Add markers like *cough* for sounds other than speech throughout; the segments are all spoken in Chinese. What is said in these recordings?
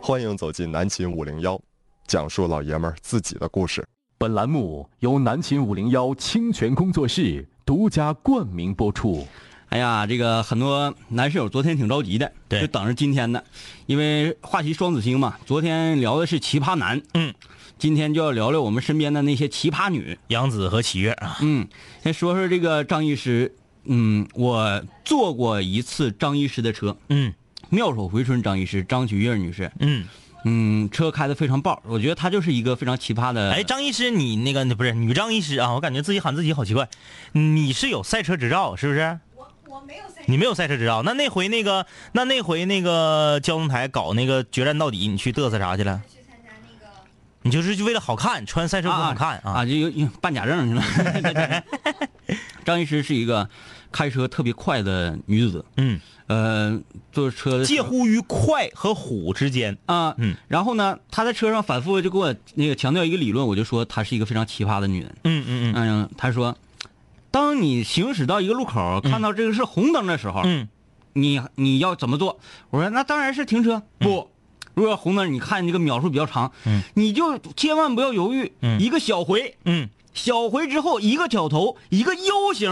欢迎走进南秦五零幺，讲述老爷们儿自己的故事。本栏目由南秦五零幺清泉工作室独家冠名播出。哎呀，这个很多男室友昨天挺着急的，对就等着今天呢，因为话题双子星嘛，昨天聊的是奇葩男，嗯，今天就要聊聊我们身边的那些奇葩女，杨紫和齐越啊，嗯，先说说这个张医师，嗯，我坐过一次张医师的车，嗯妙手回春张医师，张菊月女士，嗯，嗯，车开的非常爆，我觉得她就是一个非常奇葩的，哎，张医师，你那个不是女张医师啊？我感觉自己喊自己好奇怪，你是有赛车执照是不是？我我没有在你没有赛车执照，那那回那个，那那回那个交通台搞那个决战到底，你去嘚瑟啥去了？去参加那个，你就是就为了好看，穿赛车服好看啊，这有有办假证去 *laughs* 了。张医师是一个开车特别快的女子，嗯，呃，坐车的时介候乎于快和虎之间。啊，嗯，然后呢，她在车上反复就给我那个强调一个理论，我就说她是一个非常奇葩的女人。嗯嗯嗯嗯，她说，当你行驶到一个路口，看到这个是红灯的时候，嗯，你你要怎么做？我说那当然是停车。不，如果红灯，你看这个秒数比较长，嗯，你就千万不要犹豫，嗯一个小回，嗯，小回之后一个脚头，一个 U 型，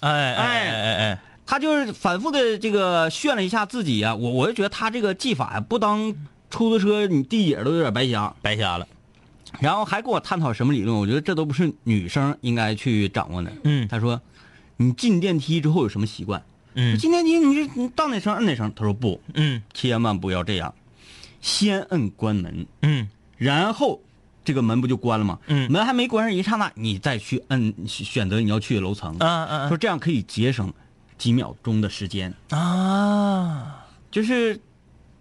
哎哎哎哎他就是反复的这个炫了一下自己啊，我我就觉得他这个技法呀，不当出租车你地姐都有点白瞎，白瞎了。然后还跟我探讨什么理论，我觉得这都不是女生应该去掌握的。嗯他说，你进电梯之后有什么习惯？我嗯进电梯你就你到哪声摁哪声。他说不，嗯千万不要这样，先摁关门，嗯然后这个门不就关了吗？嗯门还没关上一刹那，你再去摁选择你要去的楼层。啊啊说这样可以节省几秒钟的时间，啊！就是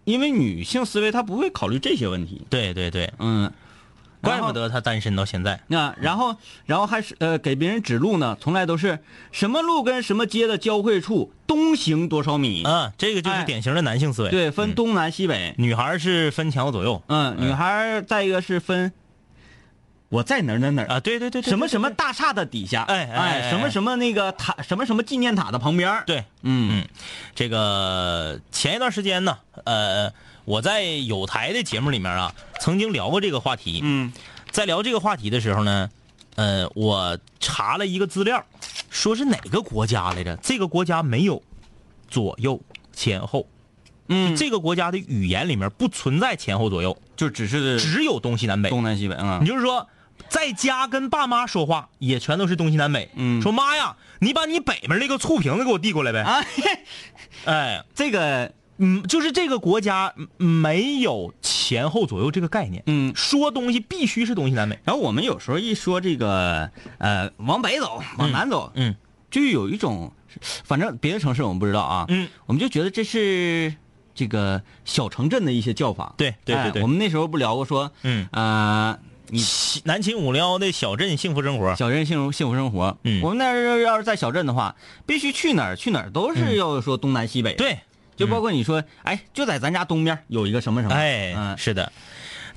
因为女性思维她不会考虑这些问题。对对对，嗯，怪不得他单身到现在。那然后，然后还是呃给别人指路呢，从来都是什么路跟什么街的交汇处东行多少米，啊，这个就是典型的男性思维。哎嗯对，分东南西北。女孩是分前后左右。嗯，女孩儿再一个是分，我在哪儿哪儿哪儿啊，对对对，对什么对什么大厦的底下，哎哎哎哎，什么什么那个塔，什么什么纪念塔的旁边儿，对，嗯嗯，这个前一段时间呢，呃，我在有台的节目里面啊，曾经聊过这个话题。嗯在聊这个话题的时候呢，呃，我查了一个资料，说是哪个国家来着？这个国家没有左右前后，嗯，这个国家的语言里面不存在前后左右，就只是只有东西南北。东南西北啊你，就是说，在家跟爸妈说话也全都是东西南北。嗯说妈呀，你把你北面那个醋瓶子给我递过来呗。啊，哎，这个嗯，就是这个国家嗯没有前后左右这个概念。嗯说东西必须是东西南北。然后我们有时候一说这个，呃，往北走，往南走，嗯就有一种，反正别的城市我们不知道啊，嗯，我们就觉得这是这个小城镇的一些叫法。对对对哎对我们那时候不聊过说，嗯，呃，你西南秦五零幺的小镇幸福生活。小镇幸福幸福生活，嗯我们那儿要是在小镇的话，必须去哪儿去哪儿都是要说东南西北，，嗯对，就包括你说，哎，就在咱家东边有一个什么什么，哎，嗯是的。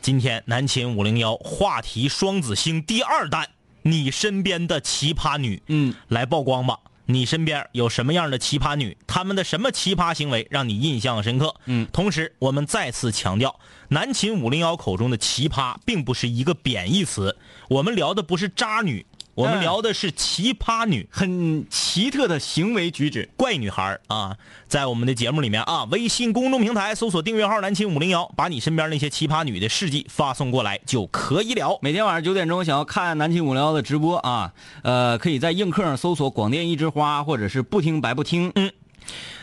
今天南秦五零幺话题双子星第二弹，你身边的奇葩女，嗯，来曝光吧。你身边有什么样的奇葩女？她们的什么奇葩行为让你印象深刻？嗯，同时我们再次强调，南秦五零幺口中的奇葩并不是一个贬义词，我们聊的不是渣女，我们嗯聊的是奇葩女。很奇特的行为举止，怪女孩儿啊，在我们的节目里面啊，微信公众平台搜索订阅号“南秦五零幺”，把你身边那些奇葩女的事迹发送过来就可以了。每天晚上九点钟，想要看南秦五零幺的直播啊，呃，可以在映客上搜索“广电一枝花”或者是“不听白不听”。嗯，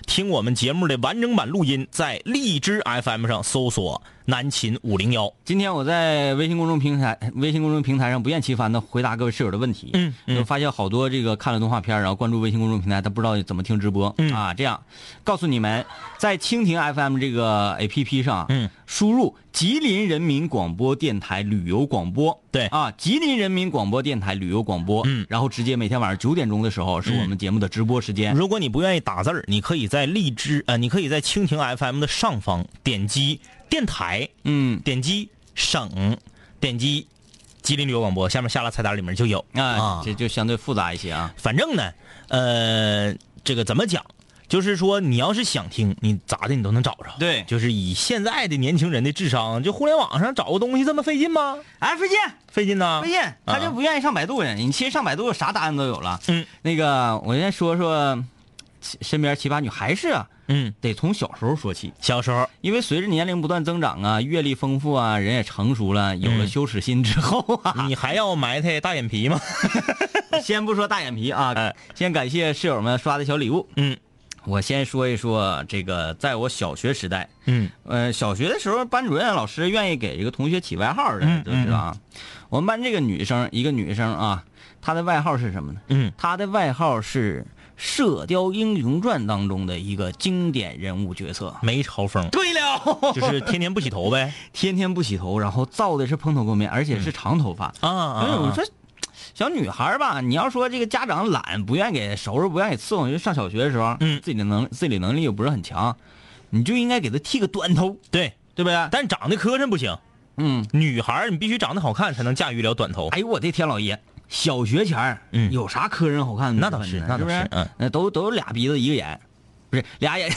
听我们节目的完整版录音，在荔枝 FM 上搜索“南秦五零幺今天我在微信公众平台、微信公众平台上不厌其烦的回答各位室友的问题。嗯嗯就发现好多这个看了动画片，然后关注微信公众平台，他不知道怎么听直播。嗯啊，这样告诉你们，在蜻蜓 FM 这个 APP 上，嗯，输入吉林人民广播电台旅游广播。对啊，吉林人民广播电台旅游广播。嗯然后直接每天晚上九点钟的时候是我们节目的直播时”。间。如果你不愿意打字儿，你可以在荔枝呃，你可以在蜻蜓 FM 的上方点击电台，嗯，点击省，点击吉林旅游广播，下面下拉菜单里面啊就有啊啊，这就相对复杂一些啊。反正呢，呃，这个怎么讲？就是说你要是想听，你咋的你都能找着。对就是以现在的年轻人的智商，就互联网上找个东西这么费劲吗？哎，费劲，费劲呐！费劲，他就啊不愿意上百度呢。你其实上百度啥答案都有了。嗯，那个我先说说其身边奇葩女，还是啊，嗯，得从小时候说起，小时候因为随着年龄不断增长啊，阅历丰富啊，人也成熟了，有了嗯羞耻心之后啊， *laughs* 你还要埋汰大眼皮吗？ *laughs* 先不说大眼皮啊，哎先感谢室友们刷的小礼物。嗯我先说一说这个，在我小学时代，嗯呃，小学的时候，班主任老师愿意给这个同学起外号的，嗯都知道啊。我们班这个女生，一个女生啊，她的外号是什么呢？嗯，她的外号是《射雕英雄传》当中的一个经典人物角 *laughs* 色。没 *laughs* 嘲风，对了，就是天天不洗头呗。天天不洗头，然后造的是蓬头垢面，而且是长头发。啊啊！所以哎我啊说，小女孩儿吧，你要说这个家长懒，不愿意给收拾，不愿意给伺候，就上小学的时候，嗯自己的能自理能力又不是很强，你就应该给她剃个短头，对，对不对？但长得磕碜不行，嗯，女孩儿你必须长得好看才能驾驭了短头。哎呦我的天老爷，小学前儿，嗯有啥磕碜好看的？那倒是是那倒不是嗯那都都有俩鼻子一个眼，不是俩眼。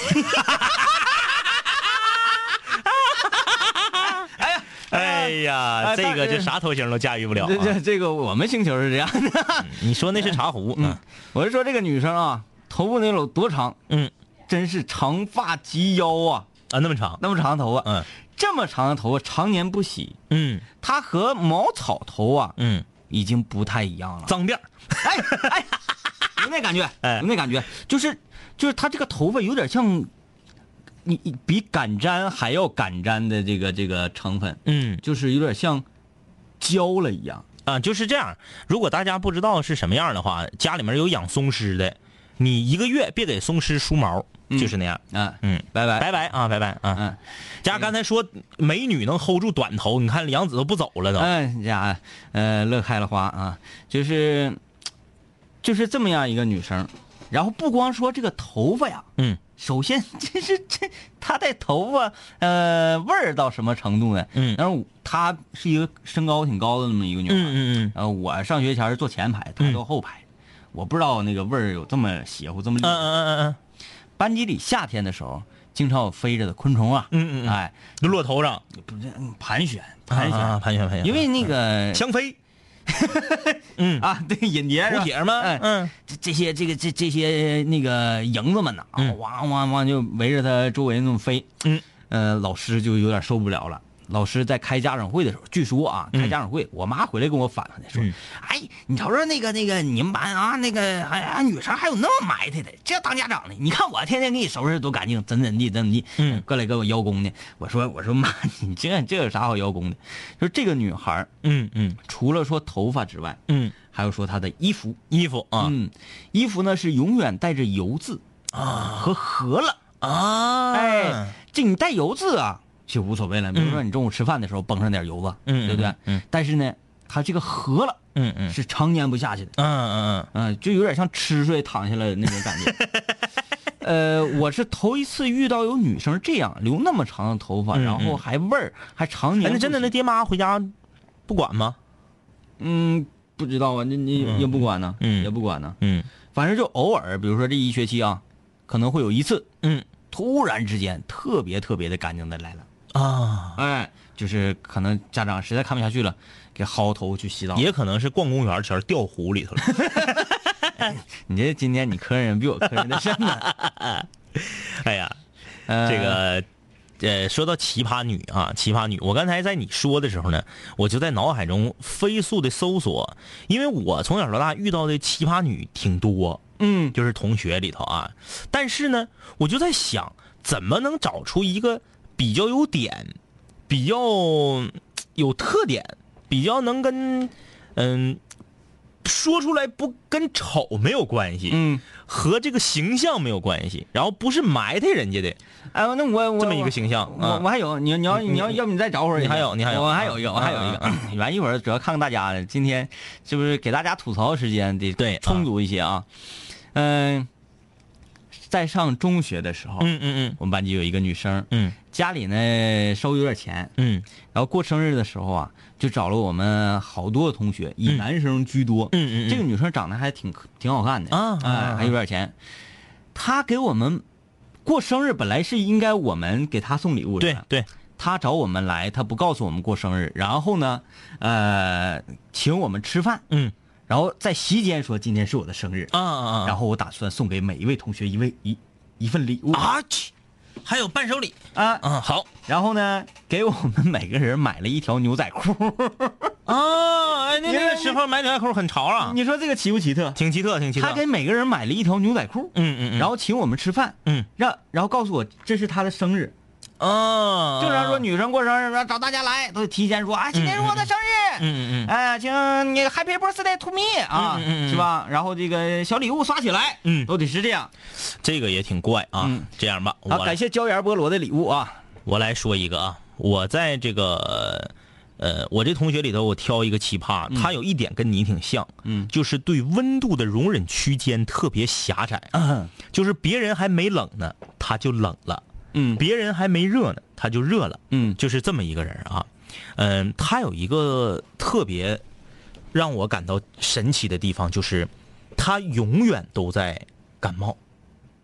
哎呀，哎呀，哎这个但是就啥头型都驾驭不 *laughs* 了、这啊。这这个我们星球是这样的。你说那是茶壶？嗯 *laughs* 我是说这个女生啊，头发能有多长？嗯真是长发及腰啊，啊，那么长。那么长的头发，嗯这么长的头发常年不洗，嗯它和茅草头啊嗯，已经不太一样了。脏辫儿。哎哎，有那感觉，哎有那感觉，就是就是它这个头发有点像，你你比擀毡还要擀毡的这个这个成分，嗯。就是有点像焦了一样。啊，就是这样。如果大家不知道是什么样的话，家里面有养松狮的，你一个月别给松狮梳毛，就是那样。啊，嗯，拜拜，拜拜啊，拜拜啊。嗯，家刚才说美女能 hold 住短头，你看杨子都不走了都。哎，这家伙呃乐开了花啊，就是就是这么样一个女生，然后不光说这个头发呀，嗯首先 *laughs* 这是这她的头发呃味儿到什么程度呢？嗯然后她是一个身高挺高的那么一个女孩，嗯嗯嗯呃，我上学前是坐前排，她坐后排，我不知道那个味儿有这么邪乎这么厉嗯嗯害。嗯嗯班级里夏天的时候，经常有飞着的昆虫啊，嗯嗯嗯哎，嗯，落头上，不是嗯盘旋盘旋，啊，盘旋盘旋，因为那 *laughs* 个香妃嗯啊，对，引蝶是吧蝴蝶吗？哎，嗯这这些这个这这些那个蝇子们呐，啊嗯哇哇哇就围着他周围那么飞。嗯，呃，老师就有点受不了了。老师在开家长会的时候，据说啊，开家长会，我妈回来跟我反映的，说嗯：“哎，你瞅瞅那个那个你们班啊，那个哎呀女生还有那么埋汰的，这当家长的，你看我天天给你收拾多干净，怎怎地怎怎地，嗯，过来给我邀功呢。”我说：“我说妈，你这这有啥好邀功的？说这个女孩儿嗯嗯除了说头发之外，嗯，还有说她的衣服。”衣服啊嗯，衣服呢是永远带着油渍啊和荷了。啊，哎，这你带油渍啊就无所谓了，比如说你中午吃饭的时候崩上点油吧，嗯对不对？嗯嗯但是呢，它这个荷了嗯嗯是常年不下去的，嗯嗯嗯、就有点像吃睡躺下了那种感觉。 *laughs* 呃，我是头一次遇到有女生这样留那么长的头发，嗯嗯然后还味儿还常嗯，哎年，那真的那那爹妈回家不管吗？嗯不知道啊，那你嗯也不管呢，嗯也不管呢，嗯反正就偶尔，比如说这一学期啊，可能会有一次，嗯突然之间特别特别的干净的来了，啊。哎，就是可能家长实在看不下去了，给薅头去洗澡。也可能是逛公园前儿掉湖里头了。你这今天你磕碜人比我磕碜的深 *laughs* 呢。 *laughs* 哎呀，呃、这个，呃，说到奇葩女啊，奇葩女，我刚才在你说的时候呢，我就在脑海中飞速的搜索，因为我从小到大遇到的奇葩女挺多，嗯，就是同学里头啊，但是呢，我就在想，怎么能找出一个比较有点、比较嗯有特点、比较能跟嗯说出来不跟丑没有关系，嗯，和这个形象没有关系，然后不是埋汰人家的哎，那我我这么一个形象我啊我。还有你你要你要要不你再找会儿去，你还有你还有我还有一个啊我还有一个，嗯完一会儿主要看看大家的，今天是不是给大家吐槽时间得对啊充足一些啊？嗯，在上中学的时候，嗯嗯我们班级有一个女生，嗯家里呢稍微有点钱，嗯然后过生日的时候啊，就找了我们好多同学，以嗯男生居多。嗯嗯嗯这个女生长得还挺挺好看的啊啊哎啊还有点钱。他给我们过生日，本来是应该我们给他送礼物的。对对，他找我们来，他不告诉我们过生日，然后呢，呃，请我们吃饭，嗯然后在席间说今天是我的生日，啊啊啊，然后我打算送给每一位同学一位一一份礼物啊去，还有伴手礼，啊，嗯好然后呢，给我们每个人买了一条牛仔裤，啊，哎那因为那个时候买牛仔裤很潮 *laughs* 啊，你说这个奇不奇特？挺奇特挺奇特，他给每个人买了一条牛仔裤，嗯嗯嗯，然后请我们吃饭，嗯让然后告诉我这是他的生日，啊，经常说女生过生日说找大家来，都得提前说啊，今天是我的生日，嗯嗯嗯嗯哎，请你 Happy birthday to me 啊，嗯嗯嗯嗯是吧？然后这个小礼物刷起来，嗯都得是这样。这个也挺怪啊，嗯这样吧，我好，感谢椒盐菠萝的礼物啊，我来说一个啊，我在这个呃，我这同学里头，我挑一个奇葩，他有一点跟你挺像，嗯就是对温度的容忍区间特别狭窄，嗯就是别人还没冷呢，他就冷了；嗯别人还没热呢，他就热了，嗯就是这么一个人啊。嗯、他有一个特别让我感到神奇的地方，就是他永远都在感冒。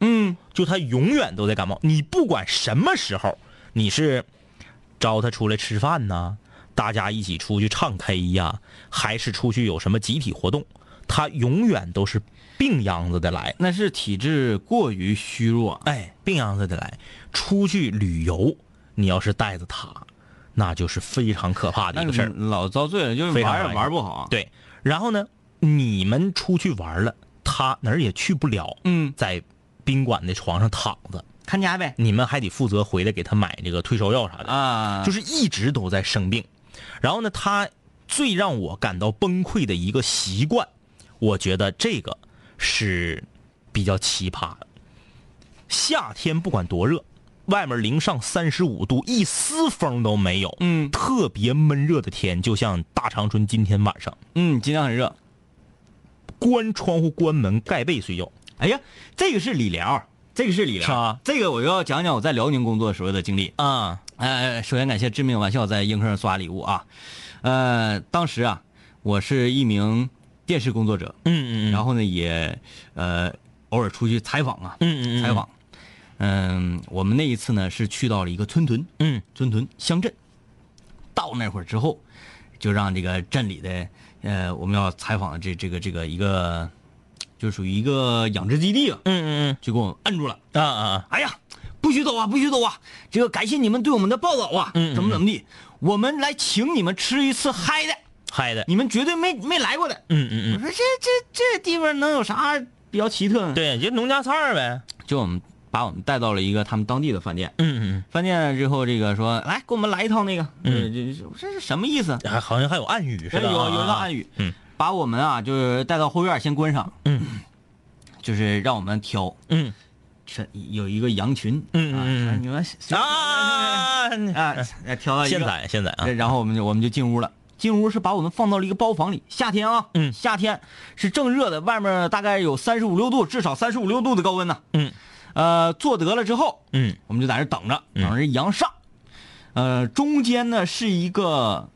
嗯就他永远都在感冒。你不管什么时候，你是招他出来吃饭呐，大家一起出去唱 K 呀、还是出去有什么集体活动，他永远都是病秧子的来。那是体质过于虚弱，哎，病秧子的来，出去旅游，你要是带着他，那就是非常可怕的一个事儿。老遭罪了，就是非常玩也难玩不好。，啊对，然后呢，你们出去玩了，他哪儿也去不了，嗯，在宾馆的床上躺着，看家呗你们还得负责回来给他买这个退烧药啥的。啊，就是是一直都在生病。然后呢，他最让我感到崩溃的一个习惯，我觉得这个是比较奇葩的。夏天不管多热，外面零上三十五度，一丝风都没有，嗯特别闷热的天，就像大长春今天晚上，嗯，今天很热。关窗户、关门、盖被睡觉。哎呀，这个是理疗，这个是理疗，是啊吧这个我要讲讲我在辽宁工作时候的经历。啊，呃，首先感谢致命玩笑在映客上刷礼物啊。呃，当时啊，我是一名电视工作者，嗯嗯然后呢也呃偶尔出去采访啊，嗯嗯嗯采访。嗯、我们那一次呢是去到了一个村屯，嗯村屯乡镇。到那会儿之后，就让这个镇里的呃我们要采访的这这个这个一个，就属于一个养殖基地啊，嗯嗯就给我们摁住了。嗯，啊啊，哎呀，不许走啊，不许走啊！这个感谢你们对我们的报道啊，嗯嗯怎么怎么地，我们来请你们吃一次嗨的，嗨的，你们绝对没没来过的。嗯嗯我嗯，说这这这地方能有啥比较奇特呢？，对，就农家菜儿呗，就我们把我们带到了一个他们当地的饭店，嗯饭店了之后，这个说来给我们来一套那个，嗯，这这是什么意思？嗯，还好像还有暗语这似有的啊，有一个暗语，嗯，把我们啊就是带到后院先关上，嗯，就是让我们挑，嗯。这有一个羊群，嗯啊嗯嗯说你们随便啊！啊，挑到一现个。在现在啊对，然后我们就我们就进屋了。进屋是把我们放到了一个包房里，夏天啊，嗯夏天是正热的，外面大概有三十五六度，至少三十五六度的高温呢、嗯呃，坐得了之后，嗯我们就在那等着，等着羊上。呃，中间呢是一个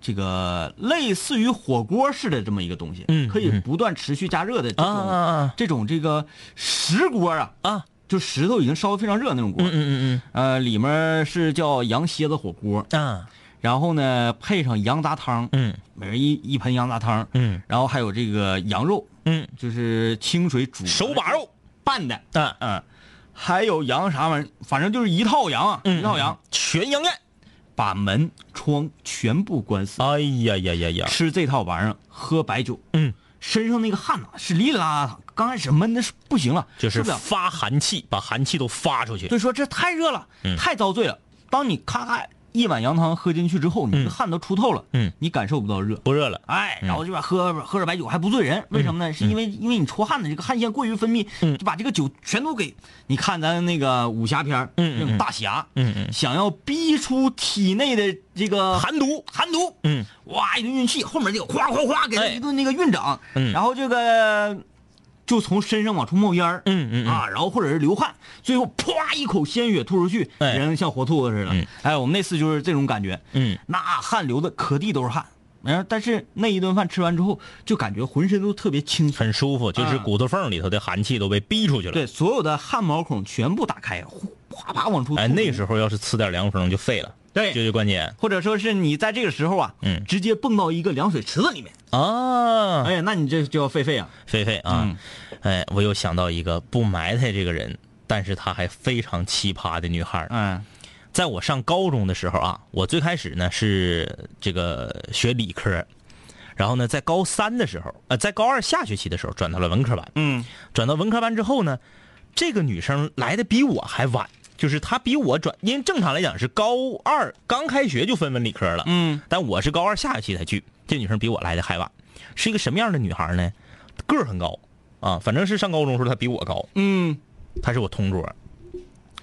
这个类似于火锅似的这么一个东西，嗯可以不断持续加热的这啊种、啊啊这种这个石锅啊，啊！就石头已经烧得非常热的那种锅。嗯嗯呃，里面是叫羊蝎子火锅，嗯啊然后呢，配上羊杂汤，嗯每人一一盆羊杂汤，嗯然后还有这个羊肉，嗯，就是清水煮手把肉拌的，啊，嗯，还有羊啥玩意儿，反正就是一套羊啊，嗯一套羊，全羊宴。把门窗全部关死，哎呀呀呀呀！吃这套玩意儿，喝白酒，嗯，身上那个汗呐是哩啦啦的，刚开始闷的是不行了，就是受不了发寒气，把寒气都发出去。对，说这太热了，嗯太遭罪了。当你咔咔一碗羊汤喝进去之后，你的汗都出透了，嗯，你感受不到热。不热了，哎，然后这边喝喝着白酒还不醉人，为什么嗯呢？是因为因为你出汗的这个汗腺过于分泌，就把这个酒全都给你看咱那个武侠片儿，嗯嗯那种大侠，嗯嗯想要逼出体内的这个寒毒。寒毒，嗯，哇一顿运气，后面这个哗哗哗给他哎一顿那个运掌，嗯然后这个就从身上往出冒烟儿，嗯嗯嗯啊，然后或者是流汗，最后啪一口鲜血吐出去，哎人像活兔子似的嗯，哎，我们那次就是这种感觉，嗯那汗流的可地都是汗，然后但是那一顿饭吃完之后，就感觉浑身都特别清爽，很舒服，就是骨头缝里头的寒气都被逼哎出去了。对，所有的汗毛孔全部打开，呼哗啪往出吐。哎，那时候要是呲点凉风就废了，对这就关键或者说是你在这个时候啊，嗯直接蹦到一个凉水池子里面，啊。哎呀，那你这就要狒狒啊，菲菲啊，哎，我又想到一个不埋汰这个人，但是她还非常奇葩的女孩儿。嗯在我上高中的时候啊，我最开始呢是这个学理科，然后呢在高三的时候，呃，在高二下学期的时候转到了文科班。嗯，转到文科班之后呢，这个女生来的比我还晚，就是她比我转，因为正常来讲是高二刚开学就分文理科了，嗯，但我是高二下学期才去，这女生比我来的还晚，是一个什么样的女孩呢？个儿很高啊，反正是上高中的时候她比我高，嗯，她是我同桌，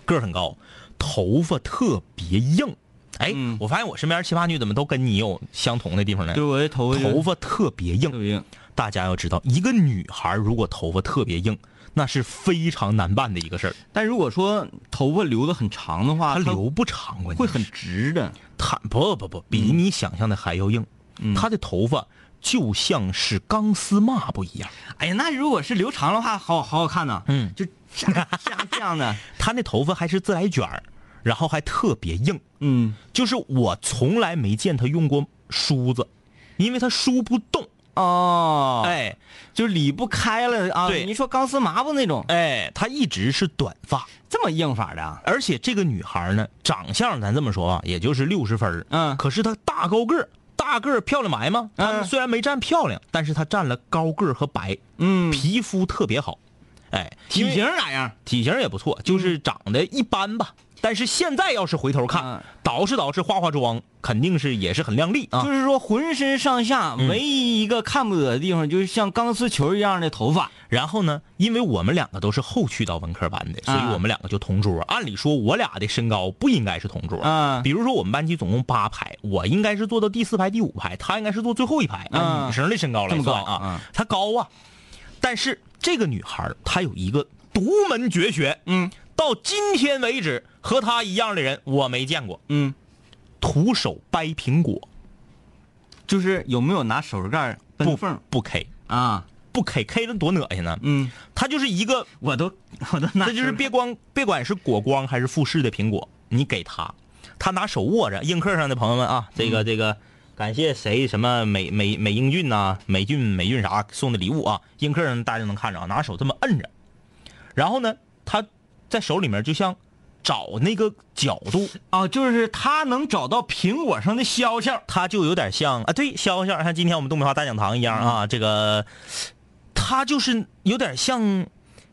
个儿很高，头发特别硬。哎，嗯我发现我身边奇葩女怎么都跟你有相同的地方呢？对我的头哎头发特别硬特，别硬，大家要知道，一个女孩如果头发特别硬，那是非常难办的一个事儿，但如果说头发留的很长的话，她它留不长，关键啊会很嗯是直的，她不不不，比你想象的还要硬。嗯她的头发就像是钢丝抹布一样，哎呀，那如果是留长的话，好好好看呐。嗯就这样这样这样的，她那头发还是自来卷儿，然后还特别硬， *laughs* 嗯，就是我从来没见她用过梳子，因为她梳不动。哦，，哎就理不开了啊。对你说钢丝麻布那种，哎，她一直是短发，这么硬法的啊，而且这个女孩呢，长相咱这么说啊，也就是六十分儿嗯可是她大高个儿，大个儿漂亮白吗？她嗯虽然没占漂亮，但是她占了高个儿和白，嗯皮肤特别好，哎，体因为型咋样？体型也不错，就是长得一般吧。但是现在要是回头看嗯，捯饬捯饬，化化妆，肯定是也是很靓丽啊就。是说浑身上下唯一一个看不得的地方，就是像钢丝球一样的头发。然后呢，因为我们两个都是后去到文科班的，所以啊我们两个就同桌。按理说，我俩的身高不应该是同桌。啊比如说我们班级总共八排，我应该是坐到第四排、第五排，他应该是坐最后一排。按啊女生的身高来这么算高啊啊，她高啊。但是这个女孩儿她有一个独门绝学，嗯到今天为止和她一样的人我没见过，嗯，徒手掰苹果就是有没有拿手指盖儿不奔缝不 K 啊？不 K K 了多恶心呢。嗯，她就是一个我都我都拿那就是别光别管是果光还是富士的苹果，你给他，他拿手握着。映客上的朋友们啊，这个这个，感谢谁什么美美美英俊呐、美俊美俊啥送的礼物啊？映客上大家就能看着啊，拿手这么摁着，然后呢，他在手里面就像找那个角度，啊，就是他能找到苹果上的削削。他就有点像啊，对，肖像像今天我们东北话大讲堂一样啊，这个他就是有点像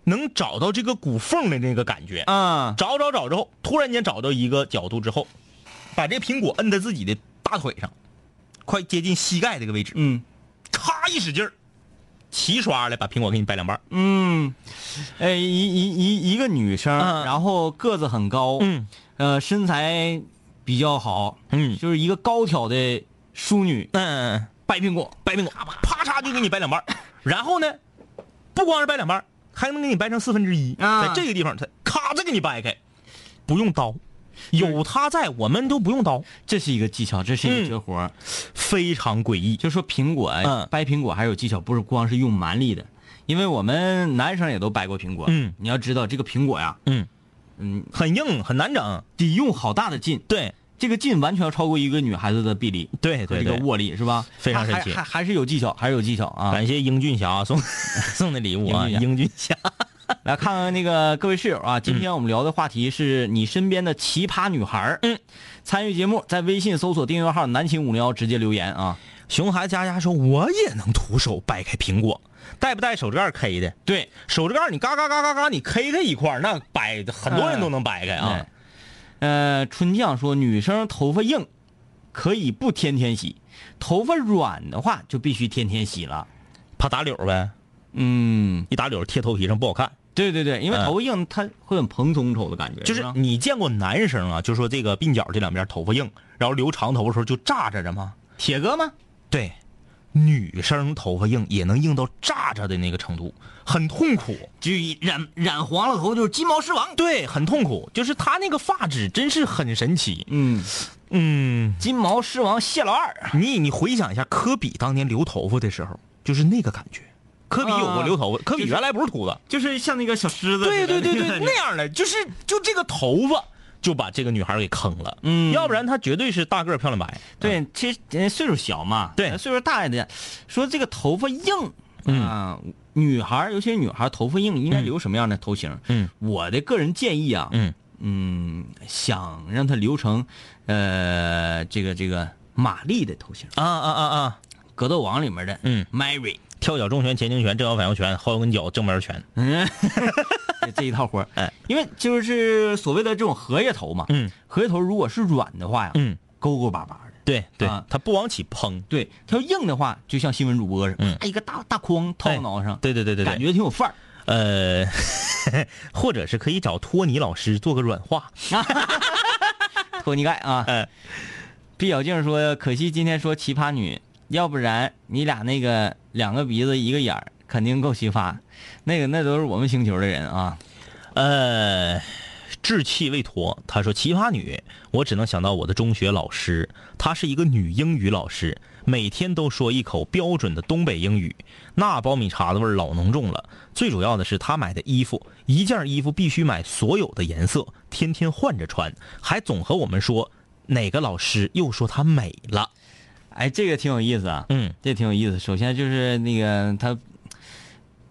能找到这个骨缝的那个感觉啊，找找找之后，突然间找到一个角度之后，把这苹果摁在自己的大腿上，快接近膝盖这个位置，嗯咔一使劲儿，齐刷的把苹果给你掰两半儿。嗯，哎，一一一一个女生，嗯然后个子很高，嗯，呃，身材比较好，嗯就是一个高挑的淑女，嗯，掰苹果，掰苹果，啪嚓就给你掰两半儿。然后呢，不光是掰两半儿，还能给你掰成四分之一。啊在这个地方，它咔再给你掰开，不用刀，有它在，我们都不用刀，这是一个技巧，这是一嗯个绝活儿。非常诡异。就说苹果，哎嗯掰苹果还有技巧，不是光是用蛮力的，因为我们男生也都掰过苹果。嗯你要知道这个苹果呀，嗯，嗯，很硬，很难整。得用好大的劲，对这个劲完全要超过一个女孩子的臂力。对对这个对。握力是吧？非常神奇还还还是有技巧，还是有技巧啊！感谢英俊 *laughs* 侠送送的礼物啊，英俊侠英俊侠。来看看那个各位室友啊，今天我们聊的话题是你身边的奇葩女孩嗯，参与节目，在微信搜索订阅号“南秦五零幺”直接留言啊。熊孩子佳佳说：“我也能徒手掰开苹果，带不带手指盖儿 K 的？对，手指盖儿你嘎嘎嘎嘎嘎，你 K 开一块儿，那掰很多人都能掰开啊哎。呃，春酱说女生头发硬，可以不天天洗；头发软的话就必须天天洗了。怕打绺儿呗，嗯，一打绺儿贴头皮上不好看。对对对，因为嗯头发硬，它会很蓬松丑的感觉，就是吧你见过男生啊，就说这个鬓角这两边头发硬，然后留长头发的时候就炸着着吗？铁哥吗？对，女生头发硬也能硬到炸着的那个程度，很痛苦。就一染染黄了头就是鸡毛狮王。对，很痛苦，就是他那个发质真是很神奇。嗯，嗯，金毛狮王谢老二，你你回想一下科比当年留头发的时候，就是那个感觉。科比有过留头发，科比就是原来不是秃子，就是像那个小狮子似对的，对 *laughs* 对对，那那样的就是就这个头发就把这个女孩给坑了，嗯，要不然她绝对是大个儿漂亮白，对，其实人家岁数小嘛，啊对嗯呃岁数大一点，说这个头发硬，啊，女孩儿尤其是女孩儿头发硬，应该留什么样的头型？嗯，我的个人建议啊，嗯嗯想让它留成，呃，这个这个玛丽的头型，啊啊啊啊，格斗王里面的，嗯，Mary 跳脚中拳、前倾拳、正摇反腰拳、后跟脚、正面拳，嗯 *laughs* 这这一套活儿，嗯哎，因为就是所谓的这种荷叶头嘛，嗯，荷叶头如果是软的话呀，嗯，勾勾巴巴的。对对啊，她不往起砰，对，它要硬的话，就像新闻主播似的，哎嗯啪一个大大框套哎脑上，对对对对对感，觉挺有范儿。呃， *laughs* 或者是可以找托尼老师做个软化， *laughs* 托尼盖啊，哎毕小静说：“可惜今天说奇葩女，要不然你俩那个两个鼻子一个眼儿，肯定够奇葩。那个那都是我们星球的人啊。呃，志气未脱，他说奇葩女，我只能想到我的中学老师，她是一个女英语老师，每天都说一口标准的东北英语，那苞米碴子味儿老浓重了。最主要的是，她买的衣服，一件衣服必须买所有的颜色，天天换着穿，还总和我们说哪个老师又说她美了。哎，这个挺有意思啊，嗯，这挺有意思。首先就是那个他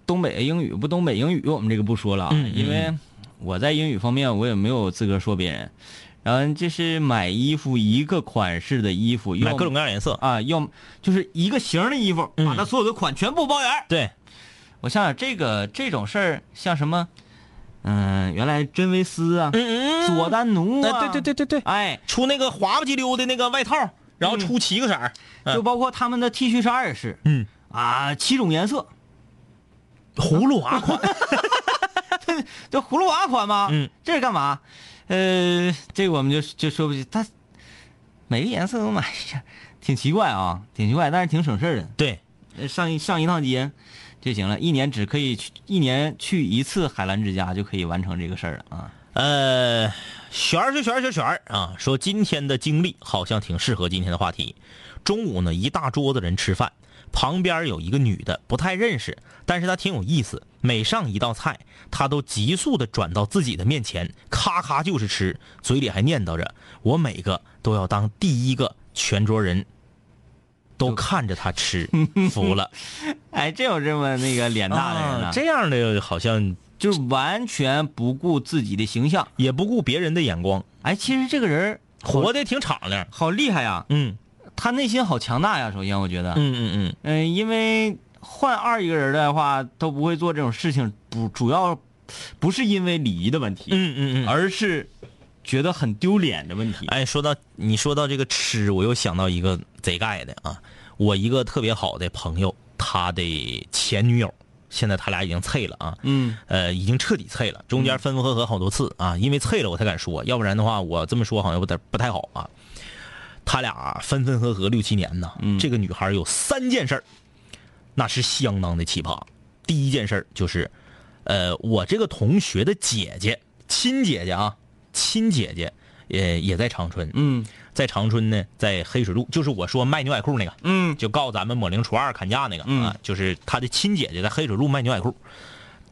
东北英语不东北英语，我们这个不说了啊，嗯嗯因为我在英语方面我也没有资格说别人。然后就是买衣服一个款式的衣服，买要各种各样嗯颜色。啊，要么就是一个型儿的衣服，把它所有的款全部包圆儿。对，我想想，这个这种事儿，像什么，嗯、原来真维斯啊，嗯佐丹奴啊、哎，对对对对对，哎，出那个滑不叽溜的那个外套，然后出七个色儿，嗯就包括他们的 T 恤衫也是，嗯啊，七种颜色，葫芦娃款。这葫芦娃款吗？嗯，这是干嘛？呃，这个我们就就说不清，它每个颜色都买一下， *laughs* 挺奇怪啊，挺奇怪，但是挺省事儿的。对，呃上一上一趟街就行了，一年只可以去一年去一次海澜之家就可以完成这个事儿了啊。呃，旋儿是旋儿是旋儿啊，说今天的经历好像挺适合今天的话题。中午呢，一大桌子人吃饭，旁边有一个女的，不太认识，但是她挺有意思。每上一道菜，她都急速的转到自己的面前，咔咔就是吃，嘴里还念叨着：“我每个都要当第一个，全桌人都看着她吃，服了。哎，真有这么那个脸大的人呢、啊这样的好像就是完全不顾自己的形象。也不顾别人的眼光，哎，其实这个人儿活的挺敞亮。好厉害呀，嗯他内心好强大呀。首先，我觉得，嗯、嗯嗯嗯。因为换二一个人的话，都不会做这种事情，不主要不是因为礼仪的问题，嗯嗯嗯。而是觉得很丢脸的问题。哎，说到你说到这个吃，我又想到一个贼盖的啊，我一个特别好的朋友，他的前女友，现在他俩已经脆了啊，嗯，呃，已经彻底脆了，中间分分合合好多次啊，因为脆了我才敢说，要不然的话我这么说好像不太不太好啊。他俩啊分分合合六七年呢，这个女孩有三件事儿，那是相当的奇葩。第一件事儿就是，呃，我这个同学的姐姐，亲姐姐啊，亲姐姐也也在长春，嗯，在长春呢，在黑水路，就是我说卖牛仔裤那个，嗯，就告咱们抹零除二砍价那个、啊，就是他的亲姐姐在黑水路卖牛仔裤，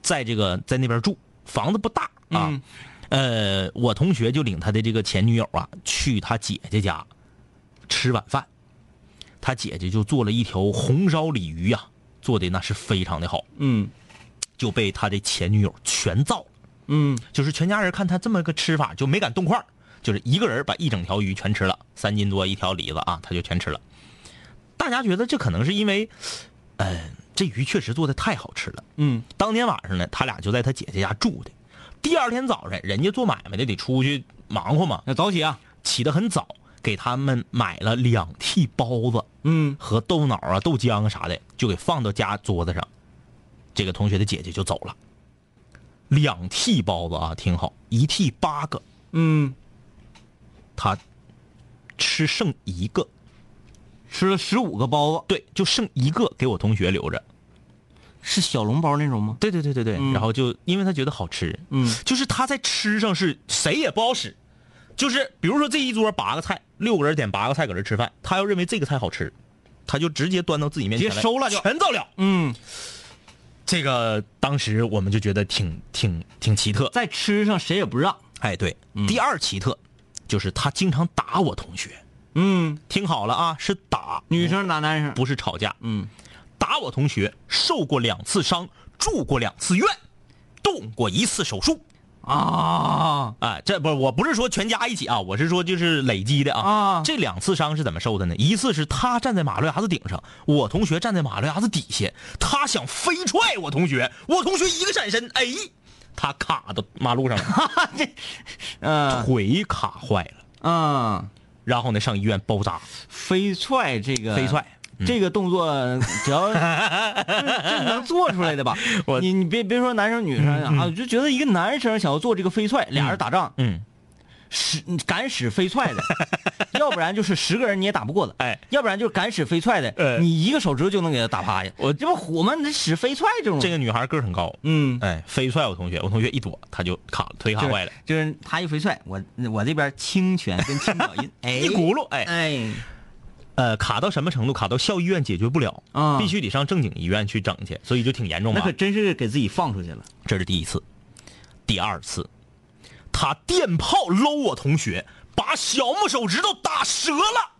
在这个在那边住，房子不大啊。呃，我同学就领他的这个前女友啊，去他姐姐家吃晚饭，他姐姐就做了一条红烧鲤鱼呀、做的那是非常的好，嗯就被他的前女友全造了。嗯，就是全家人看他这么个吃法，就没敢动筷儿就是一个人把一整条鱼全吃了，三斤多一条梨子啊，他就全吃了。大家觉得这可能是因为，呃，这鱼确实做的太好吃了。嗯，当天晚上呢，他俩就在他姐姐家住的。第二天早晨，人家做买卖的得出去忙活嘛，那早起啊，起得很早，给他们买了两屉包子嗯和豆脑啊、豆浆啊啥的，就给放到家桌子上。这个同学的姐姐就走了。两屉包子啊，挺好，一屉八个，嗯，他吃剩一个，吃了十五个包子，对，就剩一个给我同学留着。是小笼包那种吗？对对对对对，嗯然后就因为他觉得好吃，嗯，就是他在吃上是谁也不好使，就是比如说这一桌八个菜，六个人点八个菜搁这吃饭，他要认为这个菜好吃，他就直接端到自己面前直接来，收了就全造了。嗯，这个当时我们就觉得挺挺挺奇特。在吃上谁也不让。哎，对，第二奇特就是他经常打我同学，嗯，听好了啊，是打，女生打男生，不是吵架。嗯，打我同学受过两次伤，住过两次院，动过一次手术。啊，哎，这不，我不是说全家一起啊，我是说就是累积的啊。啊这两次伤是怎么受的呢？一次是他站在马路牙子顶上，我同学站在马路牙子底下，他想飞踹我同学，我同学一个闪身，哎，他卡到马路 *laughs* 上了，嗯腿卡坏了，嗯，然后呢上医院包扎。飞踹这个飞踹，嗯这个动 *laughs* 作只要这能做出来的吧？ *laughs* 我你你别别说男生女生啊，我就觉得一个男生想要做这个飞踹，俩人打仗嗯，使敢使飞踹 *laughs* 的，要不然就是十个人你也打不过的，哎，要不然就是敢使飞踹的，哎你一个手指头就能给他打趴下。我这不虎吗？你使飞踹这种，这个女孩个儿很高，嗯，哎，飞踹我同学，我同学一躲，他就卡了，腿卡就是坏了，，就是他一飞踹，我我这边轻拳跟轻脚印，哎， *laughs* 一轱辘，哎，哎，呃，卡到什么程度？卡到校医院解决不了，啊必须得上正经医院去整去，所以就挺严重那吧可。真是给自己放出去了。这是第一次，第二次，他电炮搂我同学，把小拇手指头打折了，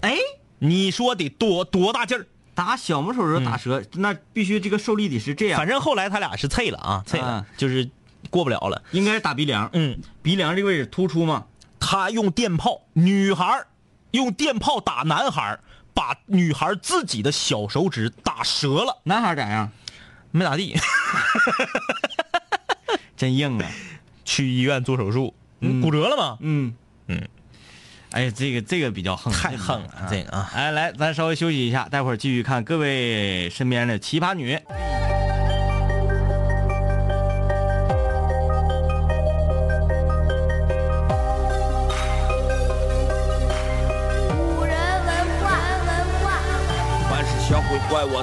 哎，你说得多多大劲儿？打小拇手指头打折，那必须这个受力得是这样，反正后来他俩是脆了啊，脆了啊，就是过不了了。应该是打鼻梁，嗯，鼻梁这个位置突出嘛。他用电炮，女孩儿用电炮打男孩儿，把女孩儿自己的小手指打折了，男孩咋样？没咋地，真硬啊。去医院做手术，嗯、骨折了吗？嗯嗯，哎，这个这个比较横，太横了这个啊！哎，来，咱稍微休息一下，待会儿继续看各位身边的奇葩女。古人文化，文化。凡是想毁坏我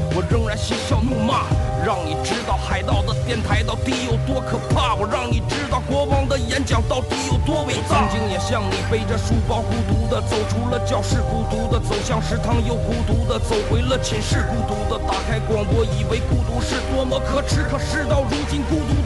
我仍然嬉笑怒骂，让你知道海盗的电台到底有多可怕，我让你知道国王的演讲到底有多伟大。曾经也像你背着书包孤独的走出了教室，孤独的走向食堂，又孤独的走回了寝室，孤独的打开广播，以为孤独是多么可耻，可事到如今，孤独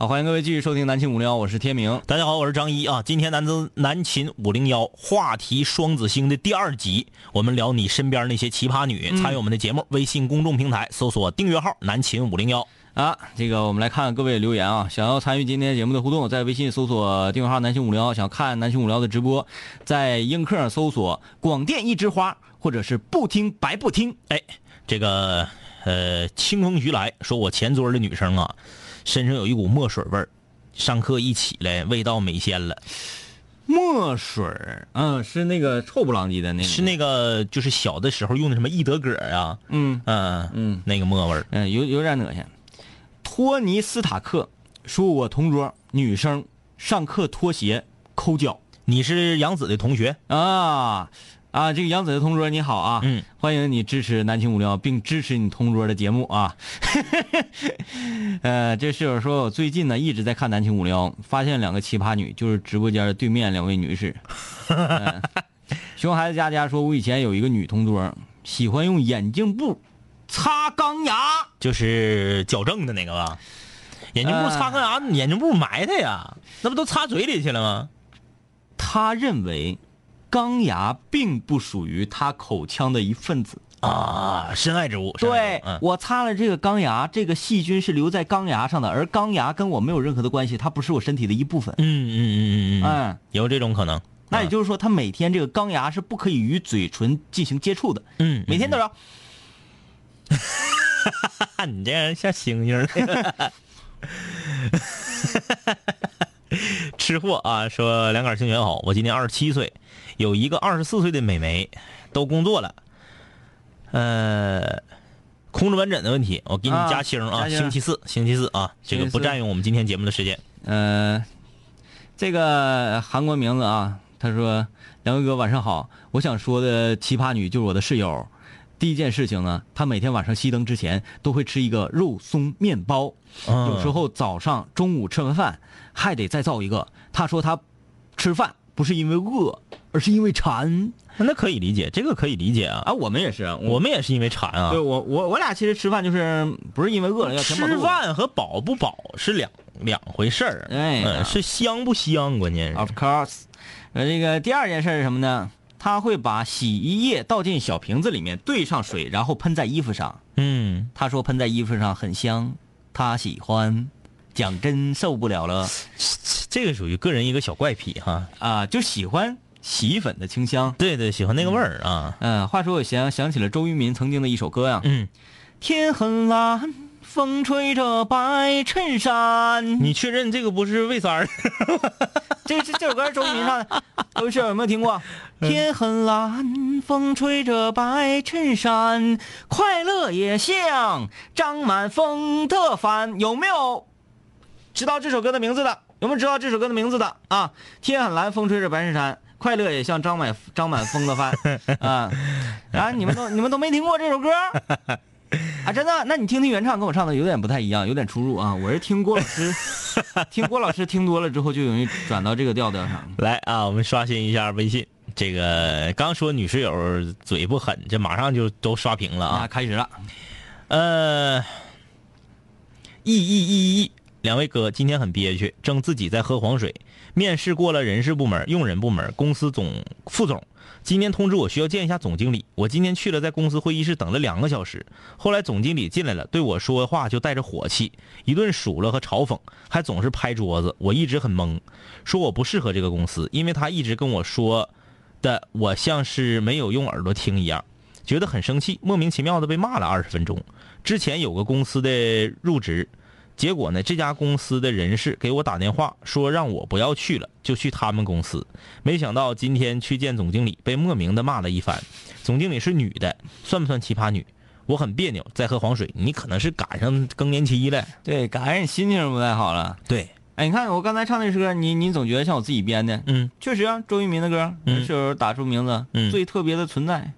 好，欢迎各位继续收听南青五零幺，我是天明。大家好，我是张一啊。今天南子南秦五零幺话题双子星的第二集，我们聊你身边那些奇葩女。嗯参与我们的节目，微信公众平台搜索订阅号“南秦五零幺啊，这个我们来看看各位留言啊，想要参与今天节目的互动，在微信搜索订阅号“南星五零幺”，想看南星五零幺的直播，在映客上搜索“广电一枝花”或者是“不听白不听”。”。哎，这个呃，清风徐来说，我前桌的女生啊，身上有一股墨水味儿，上课一起来，味道美鲜了。墨水儿，嗯，是那个臭不浪叽的那个，是那个就是小的时候用的什么益德葛啊，嗯嗯嗯，那个墨味儿。嗯，有有点恶心。托尼斯塔克说：“我同桌女生上课脱鞋抠脚你是杨子的同学，啊啊！这个杨子的同桌你好啊，嗯，欢迎你支持南青五零幺，并支持你同桌的节目啊。 *laughs* 呃，这室友说我最近呢一直在看南青五零幺，发现两个奇葩女，就是直播间的对面两位女士。呃熊孩子佳佳说，我以前有一个女同桌，喜欢用眼镜布擦钢牙。”就是矫正的那个吧？眼镜布呃擦干啥？眼镜布埋汰呀，那不都擦嘴里去了吗？他认为钢牙并不属于他口腔的一份子。啊，深爱之物。深爱对之物，嗯我擦了这个钢牙，这个细菌是留在钢牙上的，而钢牙跟我没有任何的关系，它不是我身体的一部分。嗯嗯嗯嗯嗯，哎，有这种可能。那也就是说，它每天这个钢牙是不可以与嘴唇进行接触的，嗯，每天都要。看你这人像猩 *laughs* 猩似的。吃货啊，说两杆儿清泉好，我今年二十七岁，有一个二十四岁的美眉，都工作了。呃，空中门诊的问题，我给你啊加星啊，加星星期四，星期四啊，这个星期不四占用我们今天节目的时间。呃，这个韩国名字啊，他说：“梁哥哥晚上好，我想说的奇葩女就是我的室友。第一件事情呢，她每天晚上熄灯之前都会吃一个肉松面包，嗯有时候早上、中午吃完饭还得再造一个。她说她吃饭不是因为饿，而是因为馋。那可以理解，这个可以理解啊。啊，我们也是，我们也是因为馋啊对，我我我俩其实吃饭就是不是因为饿了要填饱肚吃子饭和饱不饱是两两回事儿，哎呀啊嗯，是香不香，关键是 Of course，呃，这个第二件事是什么呢？他会把洗衣液倒进小瓶子里面，兑上水，然后喷在衣服上。嗯。他说喷在衣服上很香，他喜欢。讲真受不了了这个属于个人一个小怪癖哈。啊、就喜欢洗衣粉的清香。对对，喜欢那个味儿啊。嗯、话说我想想起了周渝民曾经的一首歌呀、啊嗯，天很蓝，风吹着白衬衫。你确认这个不是魏三儿？这这这首歌是周渝民唱的，各位室友有没有听过？天很蓝，风吹着白衬衫，快乐也像张满风的帆。有没有知道这首歌的名字的？有没有知道这首歌的名字的啊？天很蓝，风吹着白衬衫，快乐也像张满张满风的帆啊！啊，你们都你们都没听过这首歌？啊，真的？那你听听原唱，跟我唱的有点不太一样，有点出入啊。我是听郭老 *laughs* 师，听郭老师听多了之后，就容易转到这个调调上。来啊，我们刷新一下微信。这个刚说女室友嘴不狠，这马上就都刷屏了啊，啊。开始了。呃，，E 一一一一，两位哥今天很憋屈，正自己在喝黄水。面试过了人事部门、用人部门、公司总副总，今天通知我需要见一下总经理。我今天去了，在公司会议室等了两个小时。后来总经理进来了，对我说话就带着火气，一顿数落和嘲讽，还总是拍桌子。我一直很懵，说我不适合这个公司，因为他一直跟我说的我像是没有用耳朵听一样。觉得很生气，莫名其妙的被骂了二十分钟。之前有个公司的入职，结果呢，这家公司的人事给我打电话说让我不要去了，就去他们公司。没想到今天去见总经理，被莫名的骂了一番。总经理是女的，算不算奇葩女？我很别扭，在喝黄水。你可能是赶上更年期了。对，感恩心情不太好了。对，哎，你看我刚才唱那首歌，你你总觉得像我自己编的，嗯确实啊，周渝民的歌，嗯室友打出名字，嗯最特别的存在。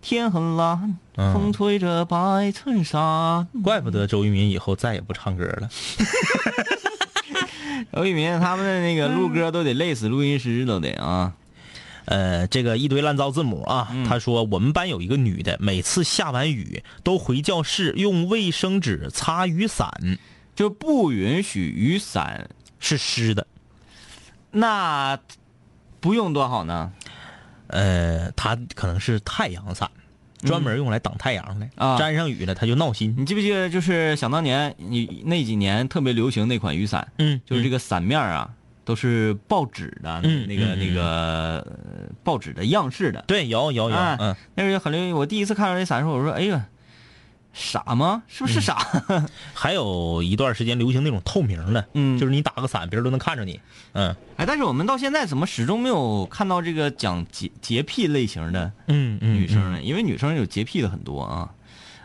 天很蓝，嗯风吹着白衬衫。怪不得周渝民以后再也不唱歌了。周渝民他们的那个录歌都得累死录音师，都得啊。呃，这个一堆烂糟字母啊，他说我们班有一个女的，每次下完雨都回教室用卫生纸擦雨伞，就不允许雨伞，是湿的。那不用多好呢呃，它可能是太阳伞，专门用来挡太阳的。嗯啊沾上雨了，它就闹心。你记不记得，就是想当年，你那几年特别流行那款雨伞，嗯就是这个伞面儿啊，都是报纸的，嗯那个嗯那个呃报纸的样式的。对，摇摇摇，哎嗯，那时候就很流行。我第一次看到那伞的时候，我说：“哎呀，傻吗？是嗯不是傻？” *laughs* 还有一段时间流行那种透明的，嗯就是你打个伞，别人都能看着你，嗯哎，但是我们到现在怎么始终没有看到这个讲洁洁癖类型的嗯嗯，女生呢？因为女生有洁癖的很多啊。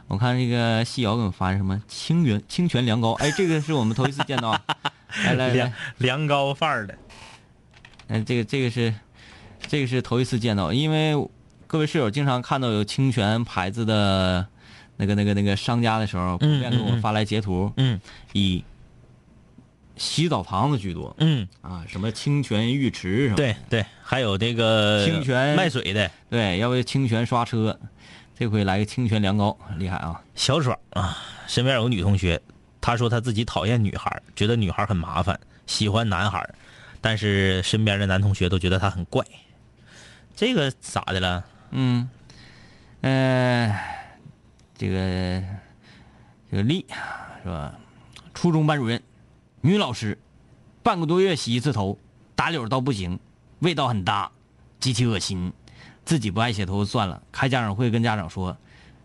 我看这个细瑶给我们发什么清源清泉凉糕，哎，这个是我们头一次见 *laughs* 到啊。来来来凉，凉糕范儿的，嗯，这个这个是，这个是头一次见到，因为各位室友经常看到有清泉牌子的那个那个那个商家的时候，普嗯遍给我嗯嗯发来截图，嗯以洗澡堂子居多嗯，啊，什么清泉浴池什么，对对，还有这个清泉卖水的对，要不就清泉刷车，这回来个清泉凉糕，厉害啊！小爽啊，身边有个女同学，她说她自己讨厌女孩，觉得女孩很麻烦，喜欢男孩，但是身边的男同学都觉得她很怪。这个咋的了？嗯，呃，这个呃这个丽是吧？初中班主任，女老师，半个多月洗一次头，打绺到不行，味道很大，极其恶心。自己不爱洗头就算了，开家长会跟家长说，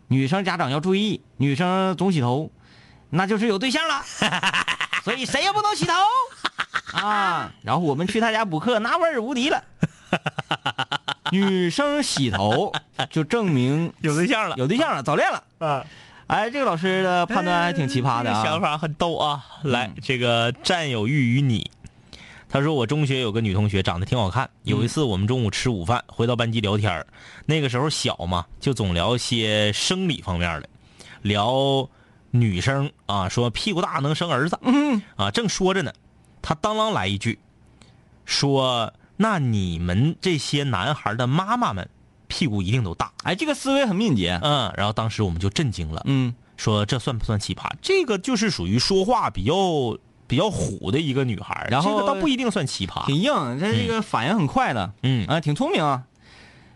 女生家长要注意，女生总洗头，那就是有对象了，所以谁也不能洗头啊。然后我们去他家补课，那味儿无敌了。女生洗头就证明有对象了 *laughs* 有对象了，早恋了。啊，哎，这个老师的判断还挺奇葩的哎这个想啊。法很逗啊！来，这个占有欲与你。他说我中学有个女同学长得挺好看，有一次我们中午吃午饭，回到班级聊天儿那个时候小嘛，就总聊些生理方面的，聊女生啊，说屁股大能生儿子，嗯啊，正说着呢，他当啷来一句，说那你们这些男孩的妈妈们屁股一定都大，哎，这个思维很敏捷。嗯，然后当时我们就震惊了，嗯说这算不算奇葩？这个就是属于说话比较比较虎的一个女孩儿，然这后个倒不一定算奇葩。挺硬，他这个反应很快的，嗯啊，挺聪明啊。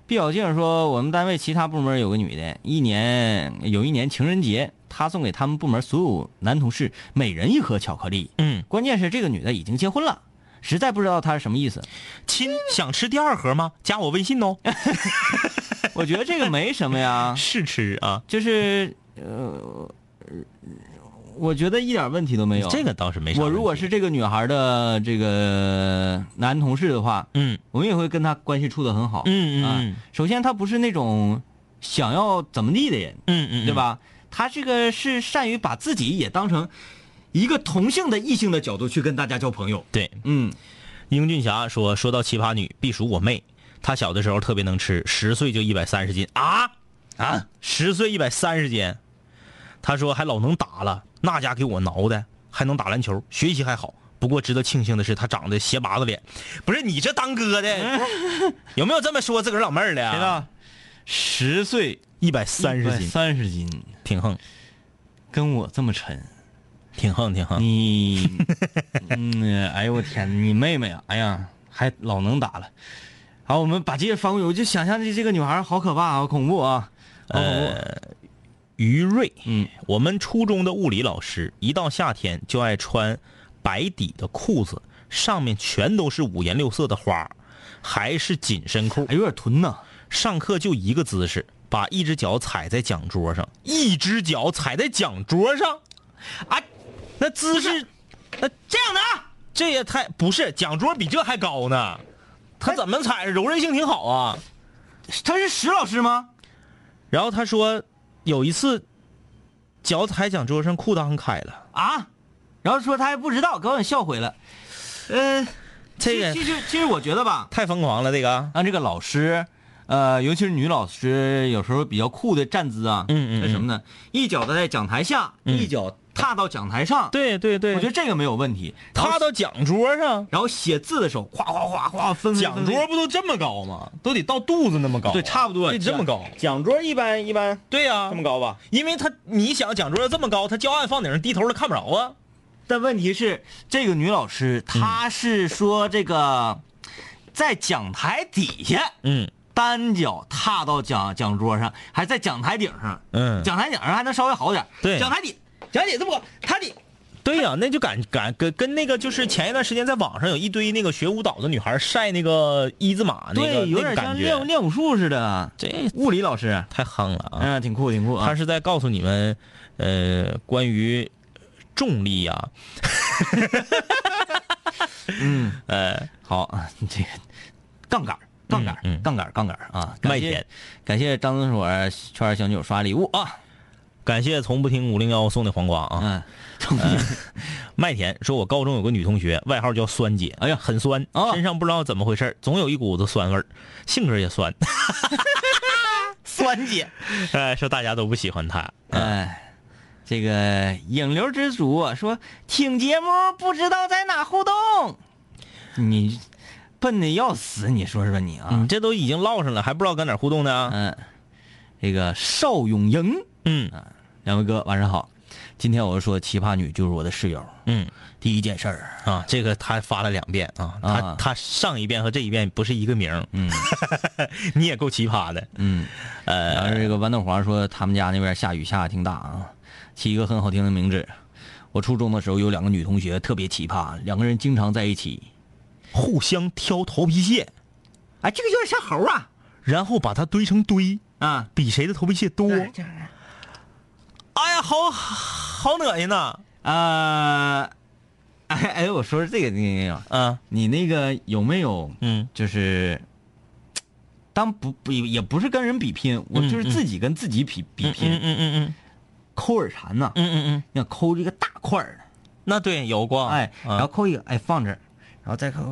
毕小静说，我们单位其他部门有个女的，一年有一年情人节，她送给他们部门所有男同事每人一盒巧克力。嗯，关键是这个女的已经结婚了，实在不知道她是什么 *laughs* 意思。亲，想吃第二盒吗？加我微信哦。，啊我觉得这个没什么呀 *laughs* 试吃啊，就是呃，我觉得一点问题都没有。这个倒是没啥问题。我如果是这个女孩的这个男同事的话，嗯我们也会跟她关系处的很好。嗯嗯嗯啊，首先她不是那种想要怎么地的人，嗯嗯，对？吧？她这个是善于把自己也当成一个同性的异性的角度去跟大家交朋友。对，嗯，英俊侠说，说到奇葩女，必属我妹。她小的时候特别能吃，十岁就一百三十斤啊啊，十岁一百三十斤。她说还老能打了，那家给我挠的，还能打篮球，学习还好。不过值得庆幸的是，她长得斜拔子脸，不是你这当哥的，有没有这么说自个儿老妹儿的谁呀？道哎十岁一百三十斤，啊三十斤，挺横，跟我这么沉，挺横，挺横。你， *laughs* 嗯，哎呦我天，你妹妹啊，哎呀，还老能打了。好，我们把这些翻过去，我就想象这这个女孩好可怕啊，好恐怖啊，好恐怖。于瑞，嗯，我们初中的物理老师一到夏天就爱穿白底的裤子，上面全都是五颜六色的花，还是紧身裤哎，。有点囤呐。上课就一个姿势，把一只脚踩在讲桌上，一只脚踩在讲桌上，啊，那姿势，那这样的啊，这也太不是讲桌比这还高呢。他怎么踩？柔韧性挺好啊。他是石老师吗？然后他说，有一次脚踩讲桌上，裤裆开了。啊，然后说他还不知道，给我笑毁了。呃，这个其实其实我觉得吧，太疯狂了，这个。让这个老师，呃，尤其是女老师，有时候比较酷的站姿啊，嗯嗯嗯嗯那什么呢？一脚在讲台下，一脚踏到讲台上，对对对我觉得这个没有问题。然后踏到讲桌上，然后写字的时候，哗哗哗哗分分讲桌不都这么高吗？都得到肚子那么高啊、对，差不多得这么高。讲桌一般一般对呀、这么高吧。因为他你想讲桌这么高，他教案放顶上低头了看不着啊。但问题是，这个女老师她是说这个在讲台底下，嗯单脚踏到讲讲桌上，还在讲台顶上，嗯，讲台顶上还能稍微好点。对啊讲台底，讲台底这么高，台底对呀、那就感感跟跟那个就是前一段时间在网上有一堆那个学舞蹈的女孩晒那个一字马那个对，有那点个感像觉练练武术似的。这物理老师，太夯了啊！嗯，挺酷挺酷他啊。是在告诉你们，呃，关于重力啊呀、嗯，呃，好， *laughs* 这个杠杆儿。杠杆儿，嗯嗯杠杆儿，杠杆儿啊！感麦谢田，感谢张总所圈儿小女友刷礼物啊！感谢从不听五零幺送的黄瓜啊。嗯，麦田说：“我高中有个女同学，外号叫酸姐，哎呀，很酸，啊身上不知道怎么回事儿，总有一股子酸味儿，性格也酸。 *laughs* *laughs* 酸姐，哎，说大家都不喜欢她。哎，这个影流之主说听节目不知道在哪互动，你笨的要死，你说说你你啊，嗯这都已经唠上了，还不知道跟哪儿嗯互动呢？嗯，这个邵永莹，嗯，两位哥晚上好，今天我就说奇葩女就是我的室友，嗯第一件事儿，啊，这个他发了两遍啊，他、啊他上一遍和这一遍不是一个名儿，嗯 *laughs* 你也够奇葩的，呃嗯，然后这个豌豆黄说他们家那边下雨下的挺大啊，起一个很好听的名字。我初中的时候有两个女同学特别奇葩，两个人经常在一起，互相挑头皮屑，哎，这个有点像猴啊然后把它堆成堆，啊，比谁的头皮屑多。啊哎呀，好好恶心呐！呃， *laughs* 哎哎，我说这个那个，啊，你那个有没有嗯就是，当不不也不是跟人比拼，我嗯就是嗯自己跟自己比比嗯嗯拼，嗯嗯抠耳馋呐，嗯嗯嗯，要抠这个大块儿的，那对有过。哎，然后啊抠一个，哎放这儿，然后再抠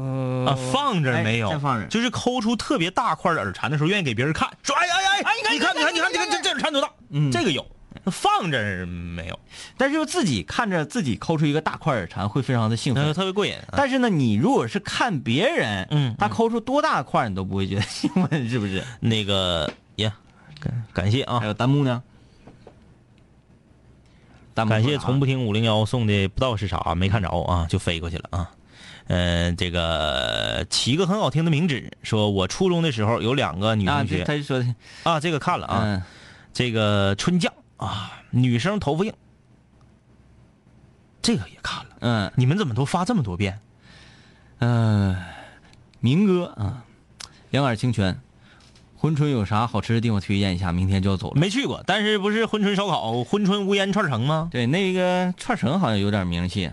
啊，放这儿哎没有，再放这儿，就是抠出特别大块的耳蝉的时候，愿意给别人看，说哎哎哎哎，你看你看你看你看这这耳蝉多大？嗯这个有，放这儿没有，但是自己看着自己抠出一个大块耳蝉会非常的兴那奋个。特别过瘾。但是呢，你如果是看别人，呃嗯他抠出多大的块儿你都不会觉得兴奋，是不是？那个呀，感感谢啊还，有弹幕呢？弹幕啊感说谢啥从不听五零幺送的，不知道是啥，没看着啊，就飞过去了啊。嗯、这个起一个很好听的名字，说我初中的时候有两个女啊，同这学他就说的啊这个看了啊，嗯，这个春酱啊，女生头发硬，这个也看了。嗯你们怎么都发这么多遍？嗯，呃明哥啊，两耳清泉，珲春有啥好吃的地方推荐一下？明天就要走了。没去过，但是不是珲春烧烤、珲春无烟串城吗？对，那个串城好像有点名气，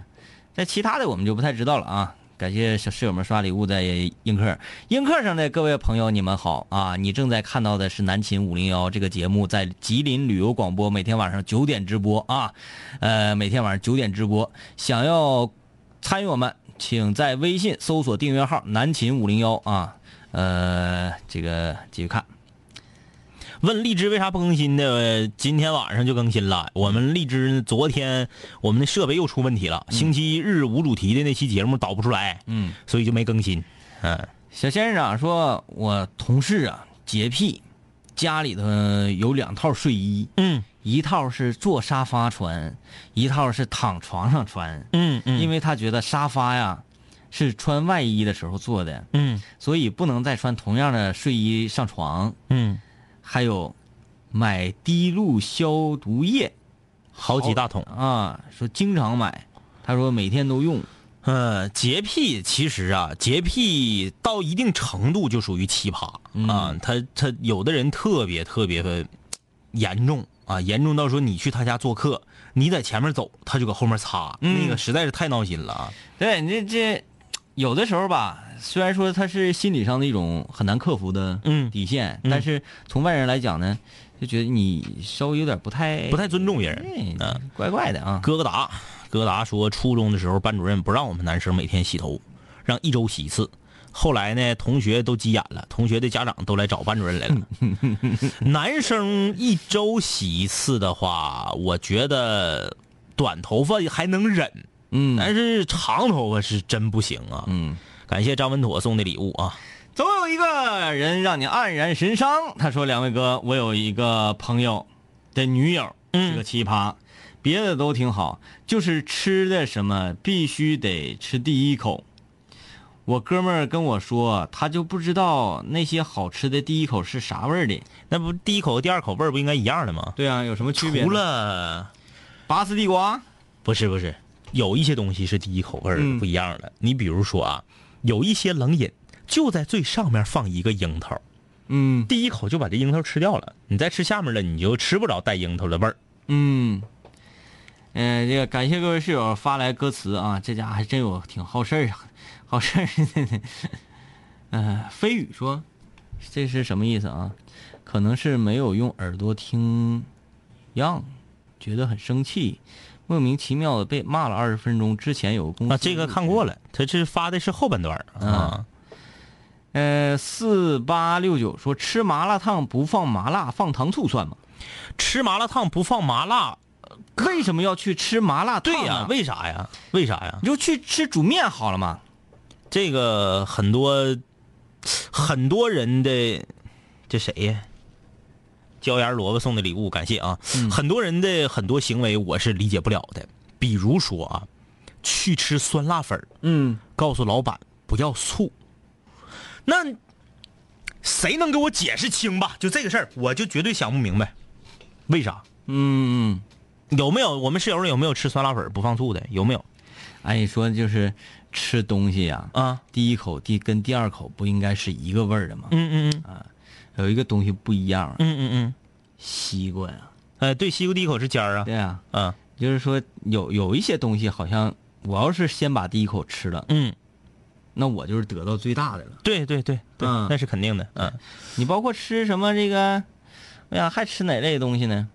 但其他的我们就不太知道了啊。感谢小室友们刷礼物在映客，映客上的各位朋友，你们好啊！你正在看到的是南秦五零幺这个节目，在吉林旅游广播每天晚上九点直播啊，呃，每天晚上九点直播。想要参与我们，请在微信搜索订阅号“南秦五零幺”啊，呃，这个继续看。问荔枝为啥不更新的？今天晚上就更新了。我们荔枝昨天我们的设备又出问题了，星期日无主题的那期节目导不出来，嗯，所以就没更新。嗯，小先生啊说，我同事啊洁癖，家里头有两套睡衣，嗯一套是坐沙发穿，一套是躺床上穿，嗯因因为为他觉得沙发呀是穿外衣的时候坐的，嗯所以不能再穿同样的睡衣上床。嗯，还有，买滴露消毒液好几大桶。啊，说经常买，他说每天都用，嗯，洁癖其实啊，洁癖到一定程度就属于奇葩啊。他他有的人特别特别的严重啊，严重到说你去他家做客，你在前面走，他就搁后面擦，那个实在是太闹心了啊。对你这这，有的时候吧，虽然说它是心理上的一种很难克服的嗯底线，嗯但是从外人来讲呢，就觉得你稍微有点不太不太尊重别人对嗯怪怪的啊。哥哥达，哥哥达说，初中的时候班主任不让我们男生每天洗头，让一周洗一次。后来呢，同学都急眼了，同学的家长都来找班主任来了。 *laughs* 男生一周洗一次的话，我觉得短头发还能忍，嗯但是长头发是真不行啊。嗯，感谢张文妥送的礼物啊。总有一个人让你黯然神伤。他说：“两位哥，我有一个朋友的女友是个奇葩，别的都挺好，就是吃的什么必须得吃第一口。”我哥们儿跟我说，他就不知道那些好吃的第一口是啥味儿的。那不第一口和第二口味儿不应该一样的吗？对啊，有什么区别呢？除了拔丝地瓜，不是不是，有一些东西是第一口味儿嗯不一样的。你比如说啊，有一些冷饮就在最上面放一个樱桃，嗯第一口就把这樱桃吃掉了，你再吃下面的你就吃不着带樱桃的味儿。嗯，呃，这个感谢各位室友发来歌词啊，这家伙还真有挺好事儿啊，好事儿。呃，飞宇说，这是什么意思啊？可能是没有用耳朵听样，觉得很生气，莫名其妙的被骂了二十分钟。之前有个公司啊，这个看过了，他这发的是后半段儿嗯啊。呃，四八六九说吃麻辣烫不放麻辣，放糖醋算吗？吃麻辣烫不放麻辣，为什么要去吃麻辣烫啊对呢？呀、为啥呀？为啥呀？你就去吃煮面好了嘛。这个很多很多人的，这谁呀？椒盐萝卜送的礼物，感谢啊！很多人的很多行为我是理解不了的，比如说啊，去吃酸辣粉儿嗯，告诉老板不要醋，那谁能给我解释清吧？就这个事儿，我就绝对想不明白，为啥？嗯，有没有我们室友里有没有吃酸辣粉儿不放醋的？有没有哎，你说就是吃东西呀、啊？第一口第跟第二口不应该是一个味儿的吗？嗯嗯嗯有一个东西不一样，啊嗯嗯嗯，西瓜呀、哎，对，西瓜第一口是尖儿啊，啊对呀、啊，就是说有有一些东西好像我要是先把第一口吃了，嗯，那我就是得到最大的了。对对对对，嗯那是肯定的，嗯，你包括吃什么这个，哎呀，还吃哪类东西呢？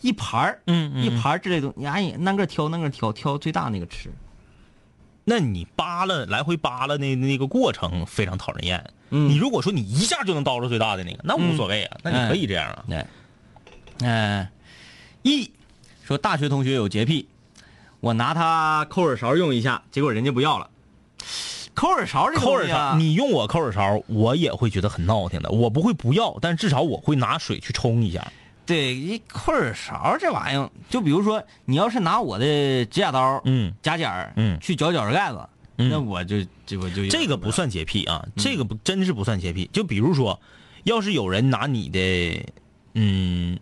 一盘儿，嗯嗯一盘儿之类的东西，哎呀，那个挑那个挑，挑最大那个吃。那你扒拉来回扒拉那那个过程非常讨人厌。嗯你如果说你一下就能叨着最大的那个，那无所谓啊，那你可以这样啊。哎，哎，一说大学同学有洁癖，我拿他抠耳勺用一下，结果人家不要了。抠耳勺这个抠东耳西啊勺，你用我抠耳勺，我也会觉得很闹挺的。我不会不要，但至少我会拿水去冲一下。对一抠耳勺这玩意儿，就比如说你要是拿我的指甲刀，嗯夹剪儿，嗯去绞脚趾盖子，嗯那我就这我就这个不算洁癖啊，这个不真是不算洁癖。就比如说，要是有人拿你的，嗯，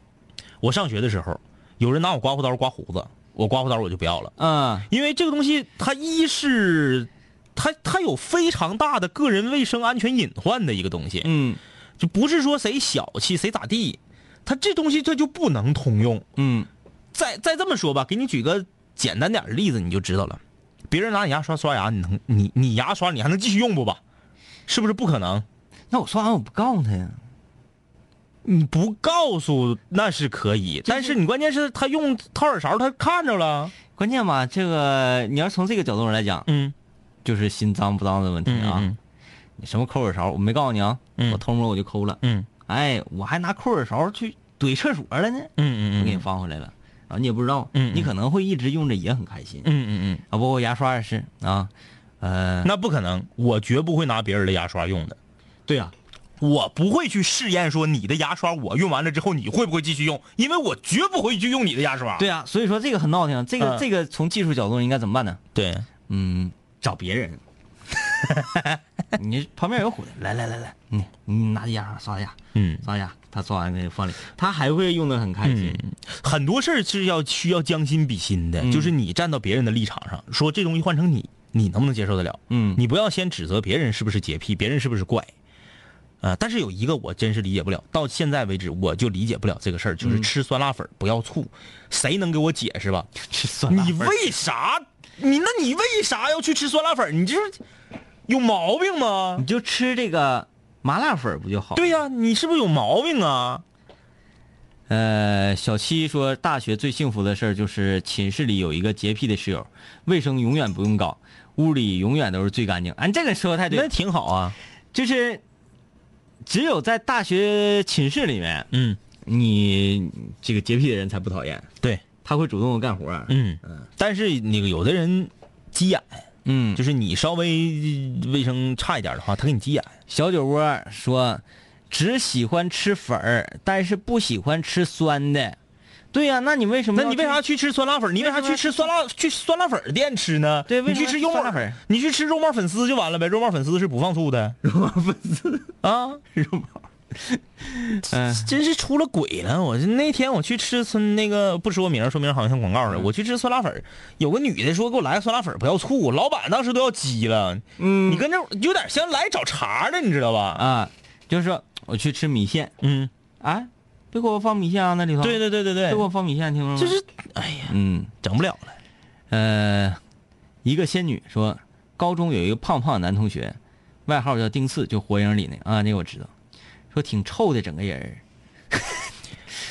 我上学的时候，有人拿我刮胡刀刮胡子，我刮胡刀我就不要了。嗯因为这个东西，它一是它它有非常大的个人卫生安全隐患的一个东西，嗯就不是说谁小气谁咋地，它这东西它就不能通用。嗯再再这么说吧，给你举个简单点儿的例子，你就知道了。别人拿你牙刷刷牙，你能你你牙刷你还能继续用不吧？是不是不可能？那我说完我不告诉他呀，你不告诉那是可以，但是你关键是他用掏耳勺，他看着了。关键吧，这个你要是从这个角度上来讲，嗯就是心脏不脏的问题啊。嗯嗯你什么抠耳勺，我没告诉你啊，嗯我偷摸我就抠了，嗯哎，我还拿抠耳勺去怼厕所了呢，嗯我嗯给你嗯放回来了，然后你也不知道，嗯嗯你可能会一直用着也很开心、嗯嗯。啊，包括牙刷也是啊，呃，那不可能，我绝不会拿别人的牙刷用的，对啊呀、我不会去试验说你的牙刷我用完了之后你会不会继续用，因为我绝不会去用你的牙刷。对呀、所以说这个很闹腾，这个、嗯这个从技术角度应该怎么办呢？对，嗯，找别人。 *laughs* 你旁边有虎的，来来来来，你你拿牙刷刷牙，嗯刷牙，他刷完给放里，他还会用的很开心。嗯 *laughs* 很多事儿是要需要将心比心的，嗯就是你站到别人的立场上，说这东西换成你，你能不能接受得了？嗯你不要先指责别人是不是洁癖，别人是不是怪。啊、但是有一个我真是理解不了，到现在为止我就理解不了这个事儿，就是嗯吃酸辣粉儿不要醋，谁能给我解释吧？吃酸辣 *laughs* 你粉儿，为啥？你那你为啥要去吃酸辣粉儿？你这是有毛病吗你？就吃这个麻辣粉儿不就好？对呀、你是不是有毛病啊？呃，小七说，大学最幸福的事儿就是寝室里有一个洁癖的室友，卫生永远不用搞，屋里永远都是最干净。俺、这个说的太对那了，挺好啊。就是只有在大学寝室里面，嗯，你这个洁癖的人才不讨厌，对，他会主动地干活儿。嗯但是那个有的人急眼，嗯就是你稍微卫生差一点的话，他给你急眼。小酒窝说，只喜欢吃粉儿，但是不喜欢吃酸的。对呀、那你为什么那要你去？为啥去吃酸辣粉儿？你为啥去吃酸辣去酸辣粉儿店吃呢？对为你什么去吃要吃肉末酸辣粉儿你去吃肉末粉丝就完了呗。肉末粉丝是不放醋的。肉末粉丝啊，嗯、真是出了鬼了！我那天我去吃村那个不说名，说名好像像广告似嗯的。我去吃酸辣粉儿，有个女的说给我来个酸辣粉儿，不要醋，老板当时都要急了。嗯，你跟这有点像来找茬的，你知道吧？啊，就是说我去吃米线，嗯，啊，别给我放米线啊，那里头。对对对对别给我对，放米线，听着吗？就是哎呀，嗯整不了了。呃，一个仙女说，高中有一个胖胖的男同学，外号叫丁次，就火影里那个啊，那个我知道，说挺臭的，整个人儿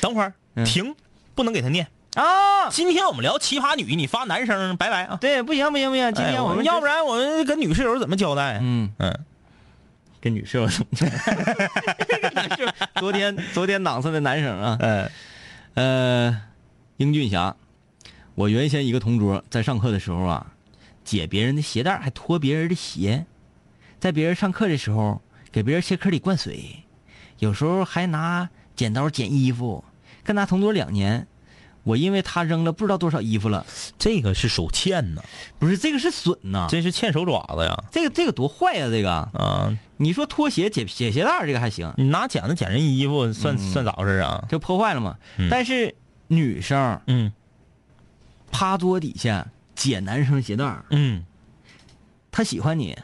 等会儿嗯停，不能给他念。啊，今天我们聊奇葩女，你发男生，拜拜啊！对，不行不行不行，今哎天我们、要不然我们跟女室友怎么交代？嗯嗯，跟女室友怎么讲？ *laughs* 跟男室友昨天昨天囊上的男生啊，哎，呃，英俊侠，我原先一个同桌在上课的时候啊，解别人的鞋带儿还脱别人的鞋，在别人上课的时候给别人鞋壳里灌水，有时候还拿剪刀剪衣服，跟他同桌两年，我因为他扔了不知道多少衣服了，这个是手欠呐，不是这个是损呐、这是欠手爪子呀！这个这个多坏呀、这个啊，你说脱鞋解解鞋带儿这个还行，你拿剪子剪人衣服，嗯算、算咋回事啊？就破坏了嘛。嗯但是女生嗯趴桌底下解男生鞋带儿，嗯，他喜欢 *laughs* 你，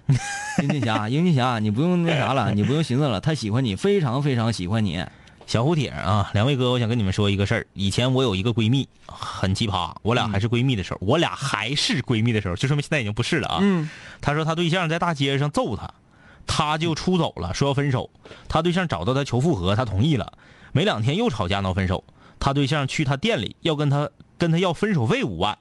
英俊侠，英俊侠，你不用那啥了，你不用寻思了，他喜欢你，非常非常喜欢你。小蝴蝶啊，两位哥，我想跟你们说一个事儿。以前我有一个闺蜜，很奇葩，我俩还是闺蜜的时候，我俩还是闺蜜的时候，就说明现在已经不是了啊。嗯，她说她对象在大街上揍她，她就出走了，说要分手。她对象找到她求复合，她同意了。没两天又吵架闹分手，她对象去她店里要跟她跟她要分手费五万，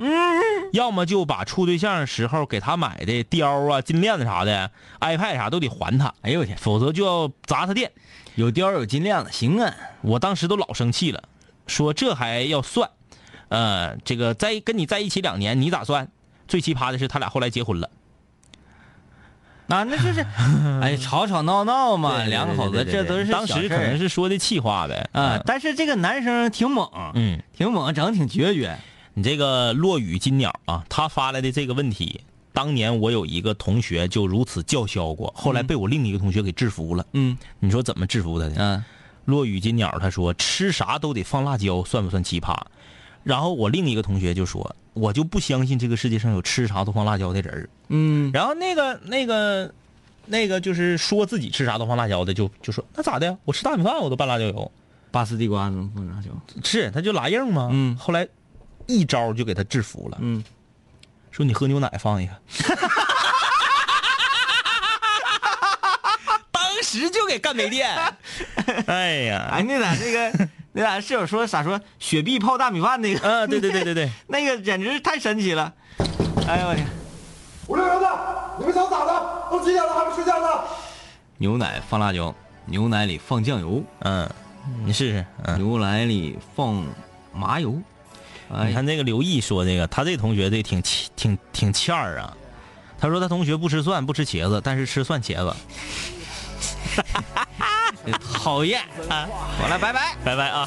要么就把处对象时候给她买的貂啊、金链子啥的、iPad 啥都得还她，哎呦我天，否则就要砸她店。有貂儿有金链子，行啊，我当时都老生气了，说这还要算？呃，这个在跟你在一起两年，你咋算？最奇葩的是，他俩后来结婚了。男啊的就是， *laughs* 哎，吵吵闹闹嘛，对两口子这都是当时可能是是嗯说的气话呗。啊，但是这个男生挺猛，嗯，挺猛，整得挺决绝。你这个落雨金鸟啊，他发来的这个问题，当年我有一个同学就如此叫嚣过，后来被我另一个同学给制服了。嗯你说怎么制服他的？嗯，落雨金鸟他说吃啥都得放辣椒，算不算奇葩？然后我另一个同学就说，我就不相信这个世界上有吃啥都放辣椒的人儿。嗯，然后那个那个那个就是说自己吃啥都放辣椒的，就就说那咋的呀？我吃大米饭我都拌辣椒油，拔丝地瓜能不能就是他就拉硬嘛。嗯后来一招就给他制服了，嗯，说你喝牛奶放一个。 *laughs* 当时就给干没电， *laughs* 哎呀， *laughs* 哎，那咋那个那咋室友说咋说雪碧泡大米饭那个，啊，对对对对对， *laughs* 那个简直是太神奇了。哎呦我天，五六零的，你们想咋的？都几点了还不睡觉呢？牛奶放辣椒，牛奶里放酱油，嗯，你试试，嗯。牛奶里放麻油。哎你呀，看这个刘毅说这个，他这同学这挺欠挺挺欠儿啊。他说他同学不吃蒜，不吃茄子，但是吃蒜茄子。讨厌啊！好了，拜拜。拜拜啊。